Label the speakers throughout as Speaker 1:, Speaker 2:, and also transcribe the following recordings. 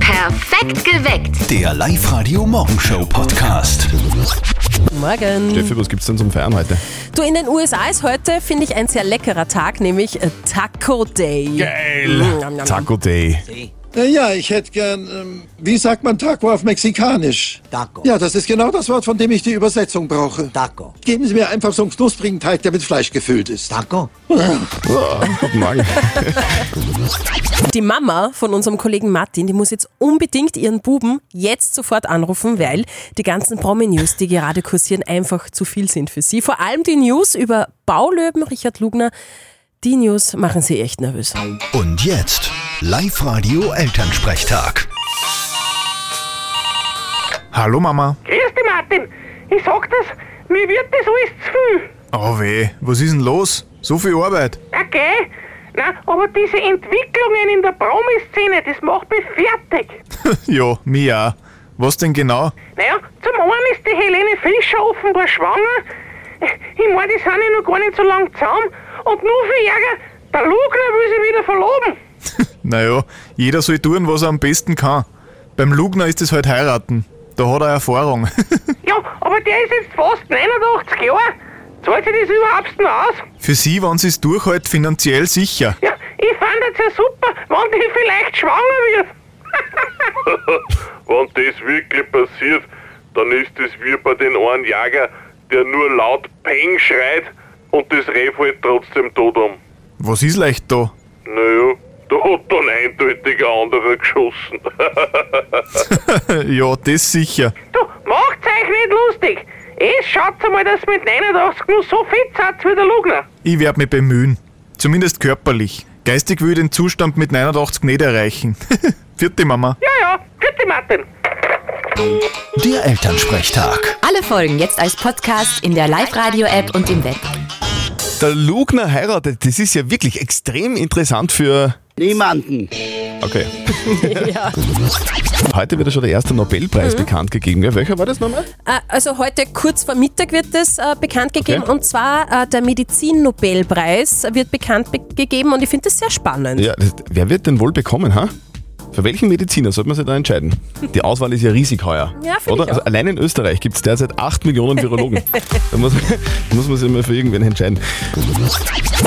Speaker 1: Perfekt geweckt.
Speaker 2: Der Live-Radio-Morgenshow-Podcast.
Speaker 3: Morgen.
Speaker 4: Steffi, was gibt's denn zum Feiern heute?
Speaker 3: Du, in den USA ist heute, finde ich, ein sehr leckerer Tag, nämlich äh, Taco Day. Mm, nom, nom, nom.
Speaker 4: Taco Day.
Speaker 5: Naja, ich hätte gern, ähm, wie sagt man Taco auf Mexikanisch?
Speaker 6: Taco.
Speaker 5: Ja, das ist genau das Wort, von dem ich die Übersetzung brauche.
Speaker 6: Taco.
Speaker 5: Geben Sie mir einfach so einen knusprigen Teig, der mit Fleisch gefüllt ist.
Speaker 6: Taco?
Speaker 4: Oh, guten Morgen.
Speaker 3: Die Mama von unserem Kollegen Martin, die muss jetzt unbedingt ihren Buben jetzt sofort anrufen, weil die ganzen Promi-News, die gerade kursieren, einfach zu viel sind für sie. Vor allem die News über Baulöben, Richard Lugner, die News machen sie echt nervös.
Speaker 2: Und jetzt Live-Radio-Elternsprechtag.
Speaker 4: Hallo Mama.
Speaker 7: Grüß dich, Martin. Ich sag das, mir wird das alles zu viel.
Speaker 4: Oh weh, was ist denn los? So viel Arbeit.
Speaker 7: Okay. Na, aber diese Entwicklungen in der Promiszene, das macht mich fertig.
Speaker 4: ja, mir auch. Was denn genau?
Speaker 7: Naja, zum einen ist die Helene Fischer offenbar schwanger. Ich meine, die sind ja noch gar nicht so lang zusammen. Und nur für Ärger, der Lugner will sie wieder verloben.
Speaker 4: Naja, jeder soll tun, was er am besten kann. Beim Lugner ist es halt heiraten. Da hat er Erfahrung.
Speaker 7: Ja, aber der ist jetzt fast 89 Jahre. Zahlt sich das überhaupt noch aus?
Speaker 4: Für sie, wenn sie es durchhält, finanziell sicher.
Speaker 7: Ja, ich fand das ja super, wenn die vielleicht schwanger wird.
Speaker 8: Wenn das wirklich passiert, dann ist es wie bei den einen Jäger, der nur laut Peng schreit und das Reh fällt trotzdem tot um.
Speaker 4: Was ist leicht da?
Speaker 8: Naja, da hat dann eindeutig ein anderer geschossen.
Speaker 4: ja, das sicher.
Speaker 7: Du, macht's euch nicht lustig. Es schaut einmal, dass ihr mit 89 nur so fit seid wie der Lugner.
Speaker 4: Ich werde mich bemühen. Zumindest körperlich. Geistig will ich den Zustand mit 89 nicht erreichen. Vierte Mama.
Speaker 7: Ja, ja, bitte Martin.
Speaker 2: Der Elternsprechtag.
Speaker 9: Alle Folgen jetzt als Podcast in der Live-Radio-App und im Web.
Speaker 4: Der Lugner heiratet, das ist ja wirklich extrem interessant für.
Speaker 6: Niemanden.
Speaker 4: Okay. Heute wird ja schon der erste Nobelpreis
Speaker 3: Mhm.
Speaker 4: bekannt gegeben. Gell? Welcher war das nochmal?
Speaker 3: Äh, Also heute kurz vor Mittag wird das äh, bekannt gegeben
Speaker 4: Okay.
Speaker 3: und zwar äh, der Medizin-Nobelpreis wird bekannt be gegeben und ich finde das sehr spannend.
Speaker 4: Ja, das, wer wird denn wohl bekommen, ha? Für welchen Mediziner sollte man sich da entscheiden? Die Auswahl ist ja riesig heuer.
Speaker 3: Ja, find
Speaker 4: oder?
Speaker 3: ich
Speaker 4: Also
Speaker 3: auch.
Speaker 4: allein in Österreich gibt es derzeit 8 Millionen Virologen. da muss, da muss man sich immer für irgendwen entscheiden.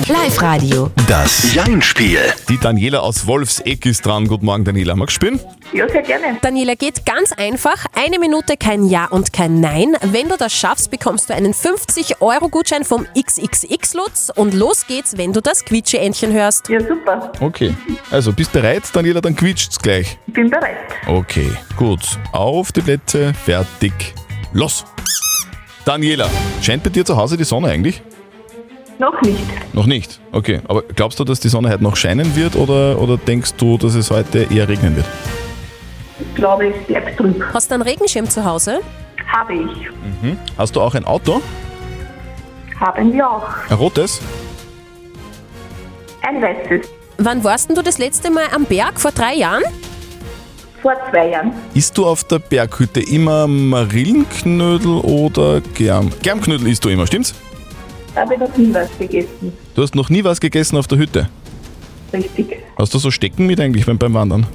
Speaker 9: Live-Radio.
Speaker 2: Das Jein-Spiel.
Speaker 4: Die Daniela aus Wolfseck ist dran. Guten Morgen, Daniela. Magst du spielen?
Speaker 7: Ja, sehr gerne.
Speaker 3: Daniela geht ganz einfach. Eine Minute kein Ja und kein Nein. Wenn du das schaffst, bekommst du einen 50-Euro-Gutschein vom XXX-Lutz. Und los geht's, wenn du das Quietscheentchen hörst.
Speaker 7: Ja, super.
Speaker 4: Okay. Also, bist bereit, Daniela? Dann quietscht's gleich.
Speaker 7: Ich bin bereit.
Speaker 4: Okay, gut. Auf die Plätze, fertig, los! Daniela, scheint bei dir zu Hause die Sonne eigentlich?
Speaker 7: Noch nicht.
Speaker 4: Noch nicht. Okay, aber glaubst du, dass die Sonne heute noch scheinen wird oder, oder denkst du, dass es heute eher regnen wird?
Speaker 7: Ich glaube, es bleibt drüben.
Speaker 3: Hast du einen Regenschirm zu Hause?
Speaker 7: Habe ich.
Speaker 4: Hast du auch ein Auto?
Speaker 7: Haben wir auch.
Speaker 4: Ein rotes?
Speaker 7: Ein weißes.
Speaker 3: Wann warst denn du das letzte Mal am Berg? Vor drei Jahren?
Speaker 7: Vor zwei Jahren.
Speaker 4: Isst du auf der Berghütte immer Marillenknödel oder Germ? Germknödel isst du immer, stimmt's?
Speaker 7: Habe ich noch nie was gegessen.
Speaker 4: Du hast noch nie was gegessen auf der Hütte.
Speaker 7: Richtig.
Speaker 4: Hast du so Stecken mit eigentlich beim beim Wandern?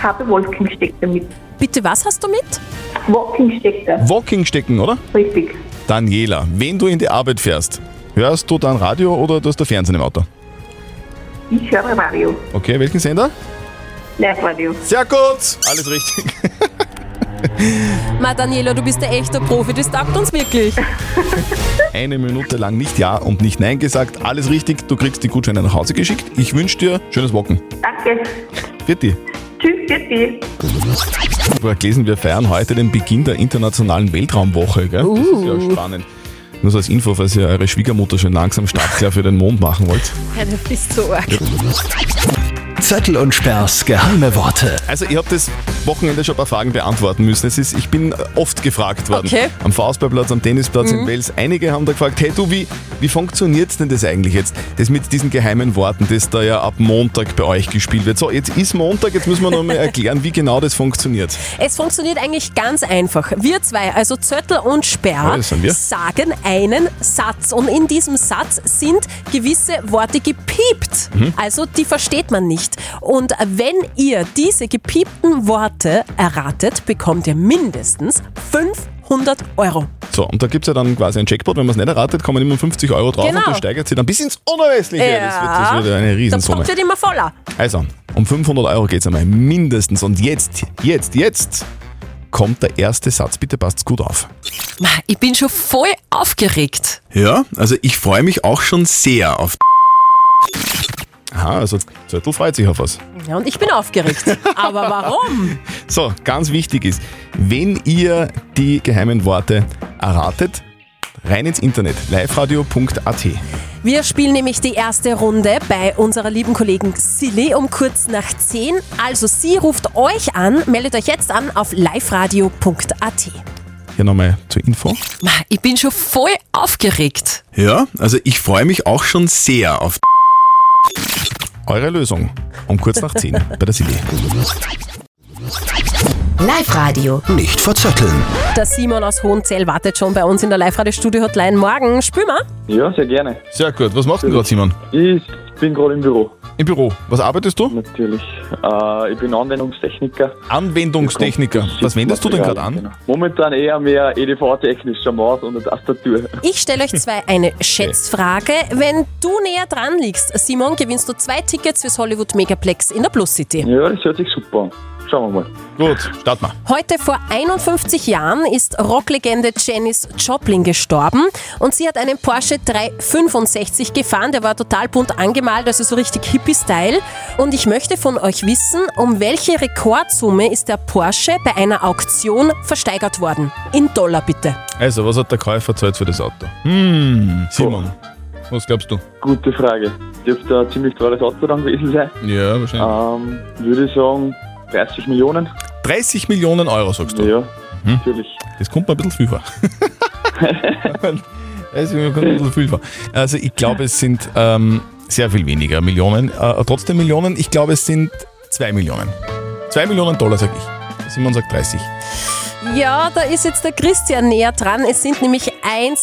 Speaker 7: Habe Wolken steckt damit.
Speaker 3: Bitte, was hast du mit?
Speaker 7: Walking steckt da.
Speaker 4: Walking-Stecken, oder?
Speaker 7: Richtig.
Speaker 4: Daniela, wenn du in die Arbeit fährst, hörst du dann Radio oder du hast du Fernsehen im Auto?
Speaker 7: Ich höre Radio.
Speaker 4: Okay, welchen Sender?
Speaker 7: Live-Radio.
Speaker 4: Sehr gut! Alles richtig.
Speaker 3: Ma, Daniela, du bist der echte Profi. Das taugt uns wirklich.
Speaker 4: Eine Minute lang nicht Ja und nicht Nein gesagt. Alles richtig. Du kriegst die Gutscheine nach Hause geschickt. Ich wünsche dir schönes Wocken.
Speaker 7: Danke.
Speaker 4: Vierte.
Speaker 7: Tschüss, bitte.
Speaker 4: Gelesen, wir feiern heute den Beginn der internationalen Weltraumwoche. Gell? Das ist ja
Speaker 7: Uh.
Speaker 4: auch spannend. Nur so als Info, falls ihr eure Schwiegermutter schon langsam startklar für den Mond machen wollt.
Speaker 3: Ja, du bist so arg.
Speaker 2: Zettel und Sperrs geheime Worte.
Speaker 4: Also ich habe das Wochenende schon ein paar Fragen beantworten müssen. Es ist, ich bin oft gefragt worden.
Speaker 3: Okay. Mhm.
Speaker 4: Am Faustballplatz, am Tennisplatz in Wels. Einige haben da gefragt, hey du, wie, wie funktioniert denn das eigentlich jetzt? Das mit diesen geheimen Worten, das da ja ab Montag bei euch gespielt wird. So, jetzt ist Montag, jetzt müssen wir nochmal erklären, wie genau das funktioniert.
Speaker 3: Es funktioniert eigentlich ganz einfach. Wir zwei, also Zöttl und
Speaker 4: Ja,
Speaker 3: Sperr,
Speaker 4: das sind wir.
Speaker 3: sagen einen Satz.
Speaker 4: Mhm.
Speaker 3: Und in diesem Satz sind gewisse Worte gepiept. Also die versteht man nicht. Nachricht. Und wenn ihr diese gepiepten Worte erratet, bekommt ihr mindestens 500 Euro.
Speaker 4: So, und da gibt es ja dann quasi einen Jackpot. Wenn man es nicht erratet, kommen immer 50 Euro drauf
Speaker 3: Genau.
Speaker 4: und das steigert sich dann bis ins Unermessliche. Das, wird, das wird eine
Speaker 3: der
Speaker 4: Riesensumme.
Speaker 3: Topf wird immer voller.
Speaker 4: Also, um 500 Euro geht es einmal mindestens. Und jetzt, jetzt, jetzt kommt der erste Satz. Bitte passt gut auf.
Speaker 1: Ich bin schon voll aufgeregt.
Speaker 6: Ja, also ich freue mich auch schon sehr auf
Speaker 4: Aha, also Zettel freut sich auf was.
Speaker 3: Ja, und ich bin aufgeregt. Aber warum?
Speaker 4: So, ganz wichtig ist, wenn ihr die geheimen Worte erratet, rein ins Internet, liveradio.at.
Speaker 3: Wir spielen nämlich die erste Runde bei unserer lieben Kollegin Silly um kurz nach 10. Also sie ruft euch an, meldet euch jetzt an auf liveradio.at.
Speaker 4: Hier nochmal zur Info.
Speaker 1: Ich bin schon voll aufgeregt.
Speaker 6: Ja, also ich freue mich auch schon sehr auf
Speaker 4: Eure Lösung um kurz nach 10 bei der Silly.
Speaker 9: Live-Radio.
Speaker 2: Nicht verzetteln.
Speaker 3: Der Simon aus Hohenzell wartet schon bei uns in der Live-Radio-Studio-Hotline. Morgen spüren wir.
Speaker 10: Ja, sehr gerne.
Speaker 4: Sehr gut. Was machst du denn gerade, Simon?
Speaker 10: Ich bin gerade im Büro,
Speaker 4: Im Büro. Was arbeitest du?
Speaker 10: natürlich. Äh, ich bin Anwendungstechniker.
Speaker 4: Anwendungstechniker. Was wendest du denn gerade an?
Speaker 10: Momentan eher mehr EDV-technisch, am Maus und der Tastatur.
Speaker 3: Ich stelle euch zwei eine Schätzfrage. Wenn du näher dran liegst, Simon, gewinnst du zwei Tickets fürs Hollywood Megaplex in der Plus City.
Speaker 10: Ja, das hört sich super an. Schauen wir mal.
Speaker 4: Gut, starten wir.
Speaker 3: Heute vor 51 Jahren ist Rocklegende Janis Joplin gestorben und sie hat einen Porsche 365 gefahren. Der war total bunt angemalt, also so richtig Hippie-Style. Und ich möchte von euch wissen, um welche Rekordsumme ist der Porsche bei einer Auktion versteigert worden? In Dollar bitte.
Speaker 4: Also, was hat der Käufer zahlt für das Auto? Hm, Simon. Was glaubst du?
Speaker 10: Gute Frage. Dürfte ein ziemlich teures Auto dann gewesen sein.
Speaker 4: Ja, wahrscheinlich.
Speaker 10: Ähm, würde ich sagen, 30 Millionen.
Speaker 4: 30 Millionen Euro, sagst du.
Speaker 10: Ja, natürlich.
Speaker 4: Das kommt mir ein bisschen viel vor. also, mir kommt ein bisschen viel vor. Also ich glaube, es sind ähm, sehr viel weniger Millionen. Äh, trotzdem Millionen. Ich glaube, es sind 2 Millionen. 2 Millionen Dollar, sag ich. Simon sagt 30.
Speaker 3: Ja, da ist jetzt der Christian näher dran. Es sind nämlich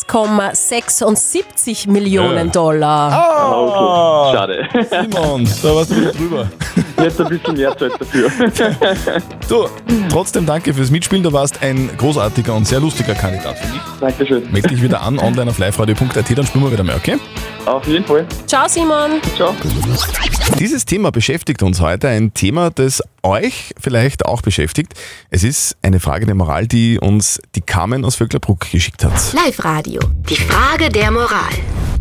Speaker 3: 1,76 Millionen
Speaker 4: Ja.
Speaker 3: Dollar.
Speaker 10: Ah, okay. Schade.
Speaker 4: Simon, da warst du wieder drüber.
Speaker 10: Jetzt ein bisschen mehr Zeit dafür.
Speaker 4: Du, trotzdem danke fürs Mitspielen. Du warst ein großartiger und sehr lustiger Kandidat für mich.
Speaker 10: Dankeschön.
Speaker 4: Melde dich wieder an, online auf liveradio.at, dann spielen wir wieder mehr, okay?
Speaker 10: Auf jeden Fall.
Speaker 3: Ciao Simon.
Speaker 10: Ciao.
Speaker 4: Dieses Thema beschäftigt uns heute, ein Thema, das euch vielleicht auch beschäftigt. Es ist eine Frage der Moral, die uns die Carmen aus Vöcklerbruck geschickt hat.
Speaker 9: Live-Radio. Die Frage der Moral.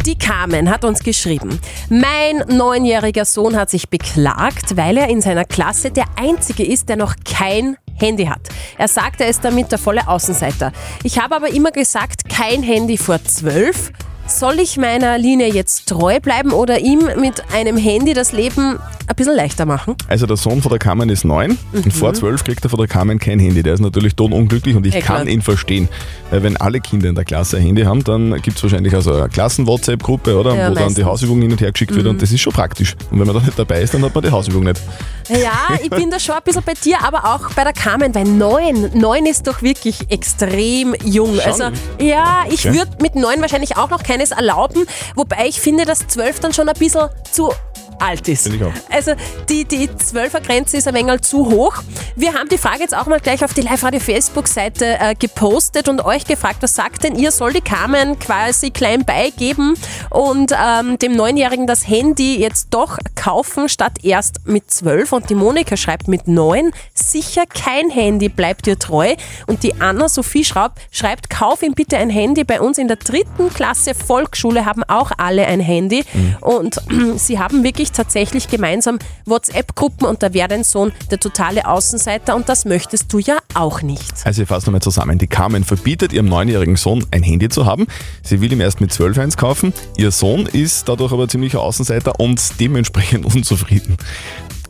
Speaker 3: Die Carmen hat uns geschrieben, mein neunjähriger Sohn hat sich beklagt, weil er in seiner Klasse der Einzige ist, der noch kein Handy hat. Er sagt, er ist damit der volle Außenseiter. Ich habe aber immer gesagt, kein Handy vor zwölf. Soll ich meiner Linie jetzt treu bleiben oder ihm mit einem Handy das Leben ein bisschen leichter machen?
Speaker 4: Also der Sohn von der Carmen ist neun und vor zwölf kriegt er von der Carmen kein Handy. Der ist natürlich tonunglücklich und ich
Speaker 3: Mhm. Ja, klar.
Speaker 4: kann ihn verstehen. Weil wenn alle Kinder in der Klasse ein Handy haben, dann gibt es wahrscheinlich also eine Klassen-WhatsApp-Gruppe, oder?
Speaker 3: Ja,
Speaker 4: wo dann die
Speaker 3: meistens. Mhm.
Speaker 4: Hausübung hin und her geschickt wird und das ist schon praktisch. Und wenn man da nicht dabei ist, dann hat man die Hausübung nicht.
Speaker 3: Ja, ich bin da schon ein bisschen bei dir, aber auch bei der Carmen, weil neun, neun ist doch wirklich extrem jung. Also ja, ich
Speaker 4: Okay.
Speaker 3: würde mit neun wahrscheinlich auch noch keines erlauben, wobei ich finde, dass zwölf dann schon ein bisschen zu alt ist.
Speaker 4: Finde ich
Speaker 3: Also die, die 12er Grenze ist ein wenig zu hoch. Wir haben die Frage jetzt auch mal gleich auf die Live-Radio Facebook-Seite äh, gepostet und euch gefragt, was sagt denn ihr, soll die Carmen quasi klein beigeben und ähm, dem Neunjährigen das Handy jetzt doch kaufen, statt erst mit 12 und die Monika schreibt mit 9, sicher kein Handy, bleibt ihr treu und die Anna-Sophie schreibt, schreibt, kauf ihm bitte ein Handy, bei uns in der dritten Klasse Volksschule haben auch alle ein Handy und sie haben wirklich tatsächlich gemeinsam WhatsApp-Gruppen und da wäre dein Sohn der totale Außenseiter und das möchtest du ja auch nicht.
Speaker 4: Also ich fasse nochmal zusammen. Die Carmen verbietet ihrem neunjährigen Sohn ein Handy zu haben. Sie will ihm erst mit zwölf eins kaufen. Ihr Sohn ist dadurch aber ziemlicher Außenseiter und dementsprechend unzufrieden.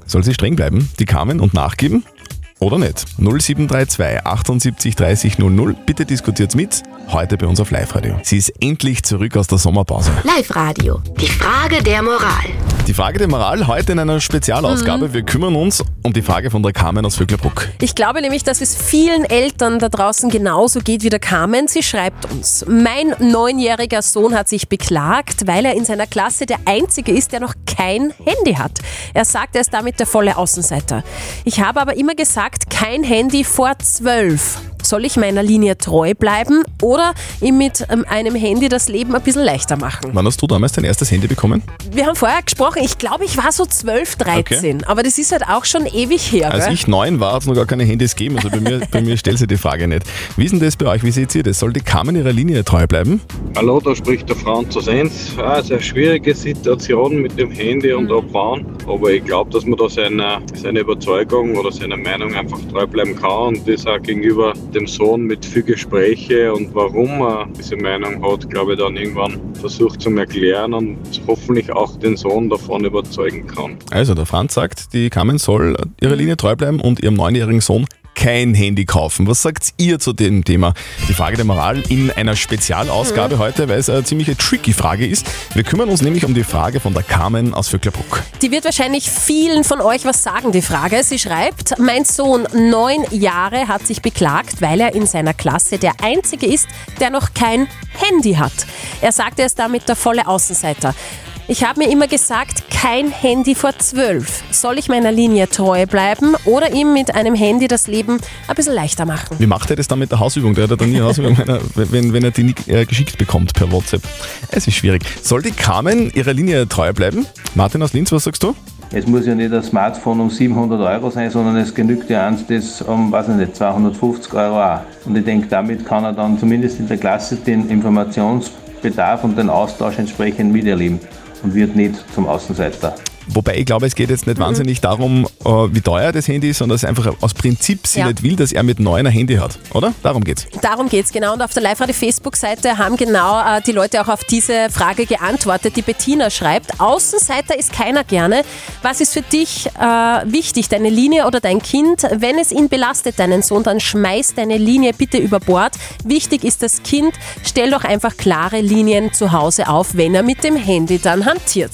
Speaker 4: Soll sie streng bleiben, die Carmen, und nachgeben? Oder nicht? 0732 78 30 00. Bitte diskutiert's mit. Heute bei uns auf Live-Radio. Sie ist endlich zurück aus der Sommerpause.
Speaker 9: Live-Radio. Die Frage der Moral.
Speaker 4: Die Frage der Moral heute in einer Spezialausgabe. Wir kümmern uns um die Frage von der Carmen aus Vöcklerbruck.
Speaker 3: Ich glaube nämlich, dass es vielen Eltern da draußen genauso geht wie der Carmen. Sie schreibt uns, mein neunjähriger Sohn hat sich beklagt, weil er in seiner Klasse der Einzige ist, der noch kein Handy hat. Er sagt, er ist damit der volle Außenseiter. Ich habe aber immer gesagt, kein Handy vor zwölf. Soll ich meiner Linie treu bleiben oder ihm mit ähm, einem Handy das Leben ein bisschen leichter machen?
Speaker 4: Wann hast du damals dein erstes Handy bekommen?
Speaker 3: Wir haben vorher gesprochen, ich glaube, ich war so 12, 13, aber das ist halt auch schon ewig her.
Speaker 4: Als
Speaker 3: gell?
Speaker 4: Also ich neun war, hat es noch gar keine Handys gegeben. Also bei mir, bei mir stellt sich die Frage nicht. Wie ist denn das bei euch? Wie seht ihr das? Soll die Carmen ihrer Linie treu bleiben?
Speaker 11: Hallo, da spricht der Franz aus Enz. Ah, sehr schwierige Situation mit dem Handy und ab wann. Aber ich glaube, dass man da seiner seine Überzeugung oder seiner Meinung einfach treu bleiben kann und das auch gegenüber dem Sohn mit viel Gespräche und warum er diese Meinung hat, glaube ich, dann irgendwann versucht zu erklären und hoffentlich auch den Sohn davon überzeugen kann.
Speaker 4: Also der Franz sagt, die Carmen soll ihrer Linie treu bleiben und ihrem neunjährigen Sohn kein Handy kaufen. Was sagt ihr zu dem Thema? Die Frage der Moral in einer Spezialausgabe heute, weil es eine ziemliche tricky Frage ist. Wir kümmern uns nämlich um die Frage von der Carmen aus Vöcklerbruck.
Speaker 3: Die wird wahrscheinlich vielen von euch was sagen, die Frage. Sie schreibt, mein Sohn, neun Jahre, hat sich beklagt, weil er in seiner Klasse der Einzige ist, der noch kein Handy hat. Er sagt, er ist damit der volle Außenseiter. Ich habe mir immer gesagt, kein Handy vor zwölf. Soll ich meiner Linie treu bleiben oder ihm mit einem Handy das Leben ein bisschen leichter machen?
Speaker 4: Wie macht er das dann mit der Hausübung? Der hat ja dann nie eine Hausübung, wenn er, wenn, wenn er die nicht, äh, geschickt bekommt per WhatsApp. Es ist schwierig. Soll die Carmen ihrer Linie treu bleiben? Martin aus Linz, was sagst du?
Speaker 12: Es muss ja nicht ein Smartphone um 700 Euro sein, sondern es genügt ja eins, das um, weiß ich nicht, 250 Euro auch. Und ich denke, damit kann er dann zumindest in der Klasse den Informationsbedarf und den Austausch entsprechend miterleben und wird nicht zum Außenseiter.
Speaker 4: Wobei ich glaube, es geht jetzt nicht wahnsinnig darum, äh, wie teuer das Handy ist, sondern dass einfach aus Prinzip sie
Speaker 3: Ja.
Speaker 4: nicht will, dass er mit neuner Handy hat, oder? Darum geht's.
Speaker 3: Darum geht's genau. Und auf der Live-Radio-Facebook-Seite haben genau äh, die Leute auch auf diese Frage geantwortet. Die Bettina schreibt, Außenseiter ist keiner gerne. Was ist für dich äh, wichtig, deine Linie oder dein Kind? Wenn es ihn belastet, deinen Sohn, dann schmeiß deine Linie bitte über Bord. Wichtig ist das Kind. Stell doch einfach klare Linien zu Hause auf, wenn er mit dem Handy dann hantiert.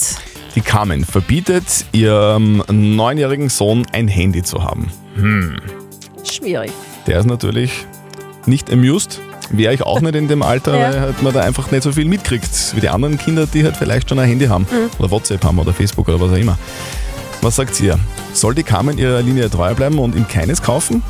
Speaker 4: Die Carmen verbietet ihrem neunjährigen Sohn ein Handy zu haben. Hm.
Speaker 3: Schwierig.
Speaker 4: Der ist natürlich nicht amused. Wäre ich auch nicht in dem Alter,
Speaker 3: Ja.
Speaker 4: weil halt man da einfach nicht so viel mitkriegt, wie die anderen Kinder, die halt vielleicht schon ein Handy haben
Speaker 3: Mhm.
Speaker 4: oder WhatsApp haben oder Facebook oder was auch immer. Was sagt ihr? Soll die Carmen ihrer Linie treu bleiben und ihm keines kaufen?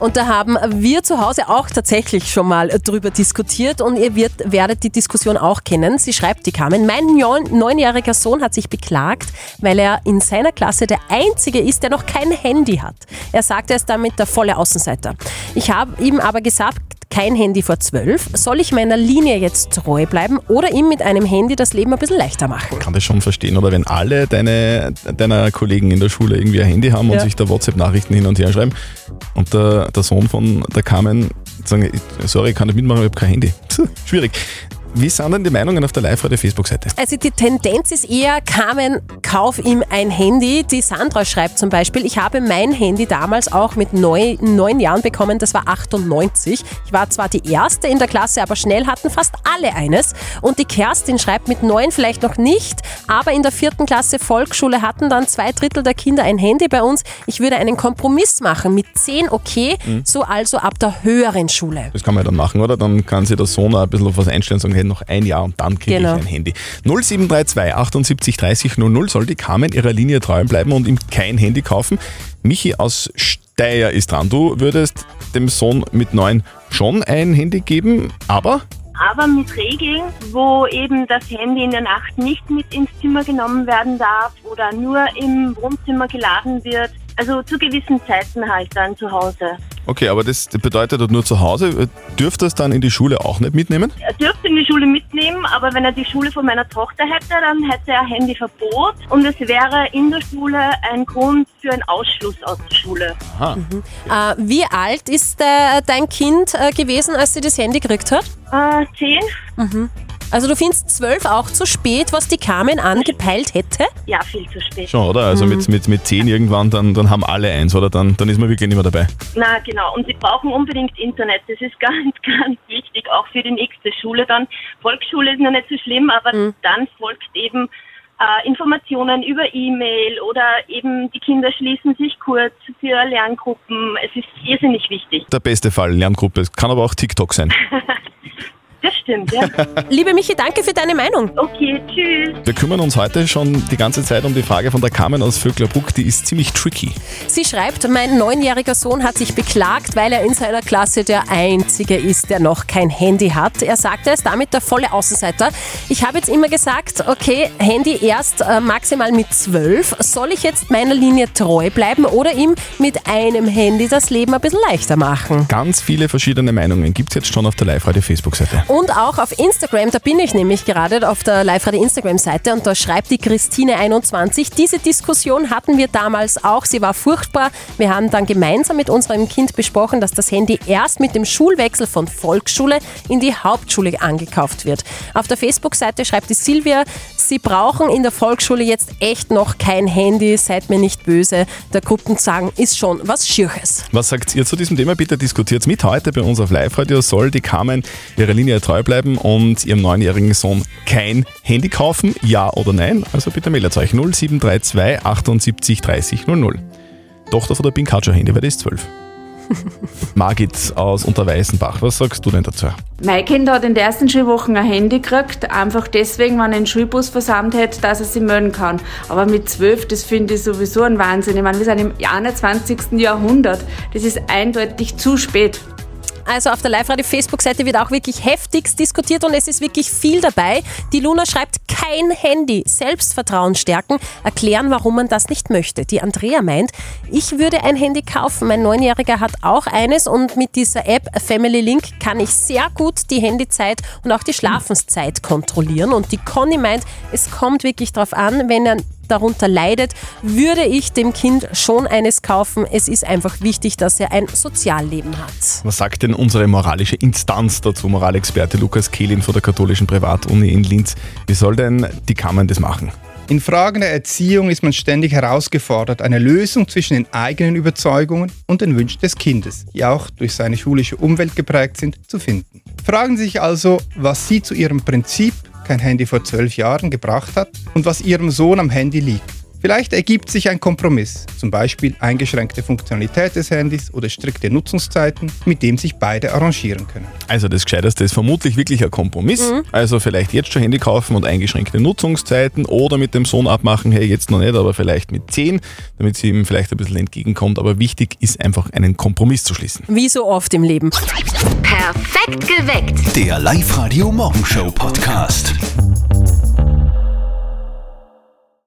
Speaker 3: Und da haben wir zu Hause auch tatsächlich schon mal drüber diskutiert und ihr wird, werdet die Diskussion auch kennen. Sie schreibt, die Carmen, mein neun- neunjähriger Sohn hat sich beklagt, weil er in seiner Klasse der Einzige ist, der noch kein Handy hat. Er sagt, er ist damit der volle Außenseiter. Ich habe ihm aber gesagt, kein Handy vor zwölf. Soll ich meiner Linie jetzt treu bleiben oder ihm mit einem Handy das Leben ein bisschen leichter machen?
Speaker 4: kann das schon verstehen. Oder wenn alle deine, deiner Kollegen in der Schule irgendwie ein Handy haben und
Speaker 3: Ja.
Speaker 4: sich da WhatsApp-Nachrichten hin und her schreiben und der, der Sohn von der Carmen sagen, ich- sorry, ich kann nicht mitmachen, ich habe kein Handy. Schwierig. Wie sind denn die Meinungen auf der Live-Radio-Facebook-Seite?
Speaker 3: Also die Tendenz ist eher, Carmen, kauf ihm ein Handy. Die Sandra schreibt zum Beispiel, ich habe mein Handy damals auch mit neun, neun Jahren bekommen, das war 98. Ich war zwar die Erste in der Klasse, aber schnell hatten fast alle eines. Und die Kerstin schreibt mit neun vielleicht noch nicht, aber in der vierten Klasse Volksschule hatten dann zwei Drittel der Kinder ein Handy bei uns. Ich würde einen Kompromiss machen, mit zehn okay,
Speaker 4: Mhm.
Speaker 3: so also ab der höheren Schule.
Speaker 4: Das kann man ja dann machen, oder? Dann kann sich der Sohn auch ein bisschen auf was einstellen und sagen, hey, noch ein Jahr und dann kriege
Speaker 3: Genau.
Speaker 4: ich ein Handy. 0732 78 30 00 soll die Carmen ihrer Linie treu bleiben und ihm kein Handy kaufen. Michi aus Steyr ist dran. Du würdest dem Sohn mit neun schon ein Handy geben, aber
Speaker 13: aber mit Regeln, wo eben das Handy in der Nacht nicht mit ins Zimmer genommen werden darf oder nur im Wohnzimmer geladen wird. Also zu gewissen Zeiten halt dann zu Hause.
Speaker 4: okay, aber das bedeutet halt nur zu Hause. Dürfte es dann in die Schule auch nicht mitnehmen?
Speaker 13: Er dürfte in die Schule mitnehmen, aber wenn er die Schule von meiner Tochter hätte, dann hätte er Handyverbot und es wäre in der Schule ein Grund für einen Ausschluss aus der Schule.
Speaker 4: Aha.
Speaker 3: Äh, wie alt ist äh, dein Kind äh, gewesen, als sie das Handy gekriegt hat?
Speaker 13: Äh, zehn.
Speaker 3: Mhm. Also du findest zwölf auch zu spät, was die Carmen angepeilt hätte?
Speaker 13: Ja, viel zu spät.
Speaker 4: Schon, oder? Also
Speaker 14: Mhm.
Speaker 4: mit, mit, mit 10 irgendwann, dann, dann haben alle eins, oder? Dann, dann ist man wirklich nicht mehr dabei.
Speaker 13: Na genau, und sie brauchen unbedingt Internet. Das ist ganz, ganz wichtig, auch für die nächste Schule dann. Volksschule ist noch nicht so schlimm, aber dann folgt eben äh, Informationen über E-Mail oder eben die Kinder schließen sich kurz für Lerngruppen. Es ist irrsinnig wichtig.
Speaker 4: Der beste Fall, Lerngruppe. Es Kann aber auch TikTok sein.
Speaker 13: Das stimmt, ja.
Speaker 3: Liebe Michi, danke für deine Meinung.
Speaker 13: Okay, tschüss.
Speaker 4: Wir kümmern uns heute schon die ganze Zeit um die Frage von der Carmen aus Vöcklerbruck. Die ist ziemlich tricky.
Speaker 3: Sie schreibt, mein neunjähriger Sohn hat sich beklagt, weil er in seiner Klasse der Einzige ist, der noch kein Handy hat. Er sagt, er ist damit der volle Außenseiter. Ich habe jetzt immer gesagt, okay, Handy erst äh, maximal mit zwölf. Soll ich jetzt meiner Linie treu bleiben oder ihm mit einem Handy das Leben ein bisschen leichter machen?
Speaker 4: Ganz viele verschiedene Meinungen gibt es jetzt schon auf der Live-Radio-Facebook-Seite.
Speaker 3: Und auch auf Instagram, da bin ich nämlich gerade auf der Live-Radio Instagram-Seite und da schreibt die Christine21, diese Diskussion hatten wir damals auch, sie war furchtbar. Wir haben dann gemeinsam mit unserem Kind besprochen, dass das Handy erst mit dem Schulwechsel von Volksschule in die Hauptschule angekauft wird. Auf der Facebook-Seite schreibt die Silvia, sie brauchen in der Volksschule jetzt echt noch kein Handy, seid mir nicht böse. Der Gruppenzwang ist schon was Schirches.
Speaker 4: Was sagt ihr zu diesem Thema? Bitte diskutiert mit. Heute bei uns auf Live-Radio soll die Carmen ihrer Linie treu bleiben und ihrem neunjährigen Sohn kein Handy kaufen, ja oder nein? Also bitte meldet euch 0732 78 30 00. Tochter von der Pinkacho-Handy, weil die ist 12. Margit aus Unterweißenbach, was sagst du denn dazu?
Speaker 14: Mein Kind hat in der ersten Schulwoche ein Handy gekriegt, einfach deswegen, wenn er einen Schulbus versammelt hat, dass er sich melden kann. Aber mit zwölf, das finde ich sowieso ein Wahnsinn. Ich meine, wir sind im 21. Jahrhundert. Das ist eindeutig zu spät.
Speaker 3: Also auf der Live-Radio-Facebook-Seite wird auch wirklich heftigst diskutiert und es ist wirklich viel dabei. Die Luna schreibt, kein Handy, Selbstvertrauen stärken, erklären, warum man das nicht möchte. Die Andrea meint, ich würde ein Handy kaufen. Mein Neunjähriger hat auch eines und mit dieser App Family Link kann ich sehr gut die Handyzeit und auch die Schlafenszeit kontrollieren. Und die Conny meint, es kommt wirklich drauf an, wenn er darunter leidet, würde ich dem Kind schon eines kaufen. Es ist einfach wichtig, dass er ein Sozialleben hat.
Speaker 4: Was sagt denn unsere moralische Instanz dazu? Moralexperte Lukas Kehlin von der katholischen Privatuni in Linz. Wie soll denn die Kammern das machen?
Speaker 15: In Fragen der Erziehung ist man ständig herausgefordert, eine Lösung zwischen den eigenen Überzeugungen und den Wünschen des Kindes, die auch durch seine schulische Umwelt geprägt sind, zu finden. Fragen Sie sich also, was Sie zu Ihrem Prinzip kein Handy vor zwölf Jahren gebracht hat und was ihrem Sohn am Handy liegt. Vielleicht ergibt sich ein Kompromiss, zum Beispiel eingeschränkte Funktionalität des Handys oder strikte Nutzungszeiten, mit dem sich beide arrangieren können.
Speaker 4: Also das Gescheiteste ist vermutlich wirklich ein Kompromiss.
Speaker 15: Mhm.
Speaker 4: Also vielleicht jetzt schon Handy kaufen und eingeschränkte Nutzungszeiten oder mit dem Sohn abmachen, hey jetzt noch nicht, aber vielleicht mit 10, damit sie ihm vielleicht ein bisschen entgegenkommt. Aber wichtig ist einfach einen Kompromiss zu schließen.
Speaker 3: Wie so oft im Leben.
Speaker 9: Perfekt geweckt.
Speaker 2: Der Live-Radio Morgenshow Podcast.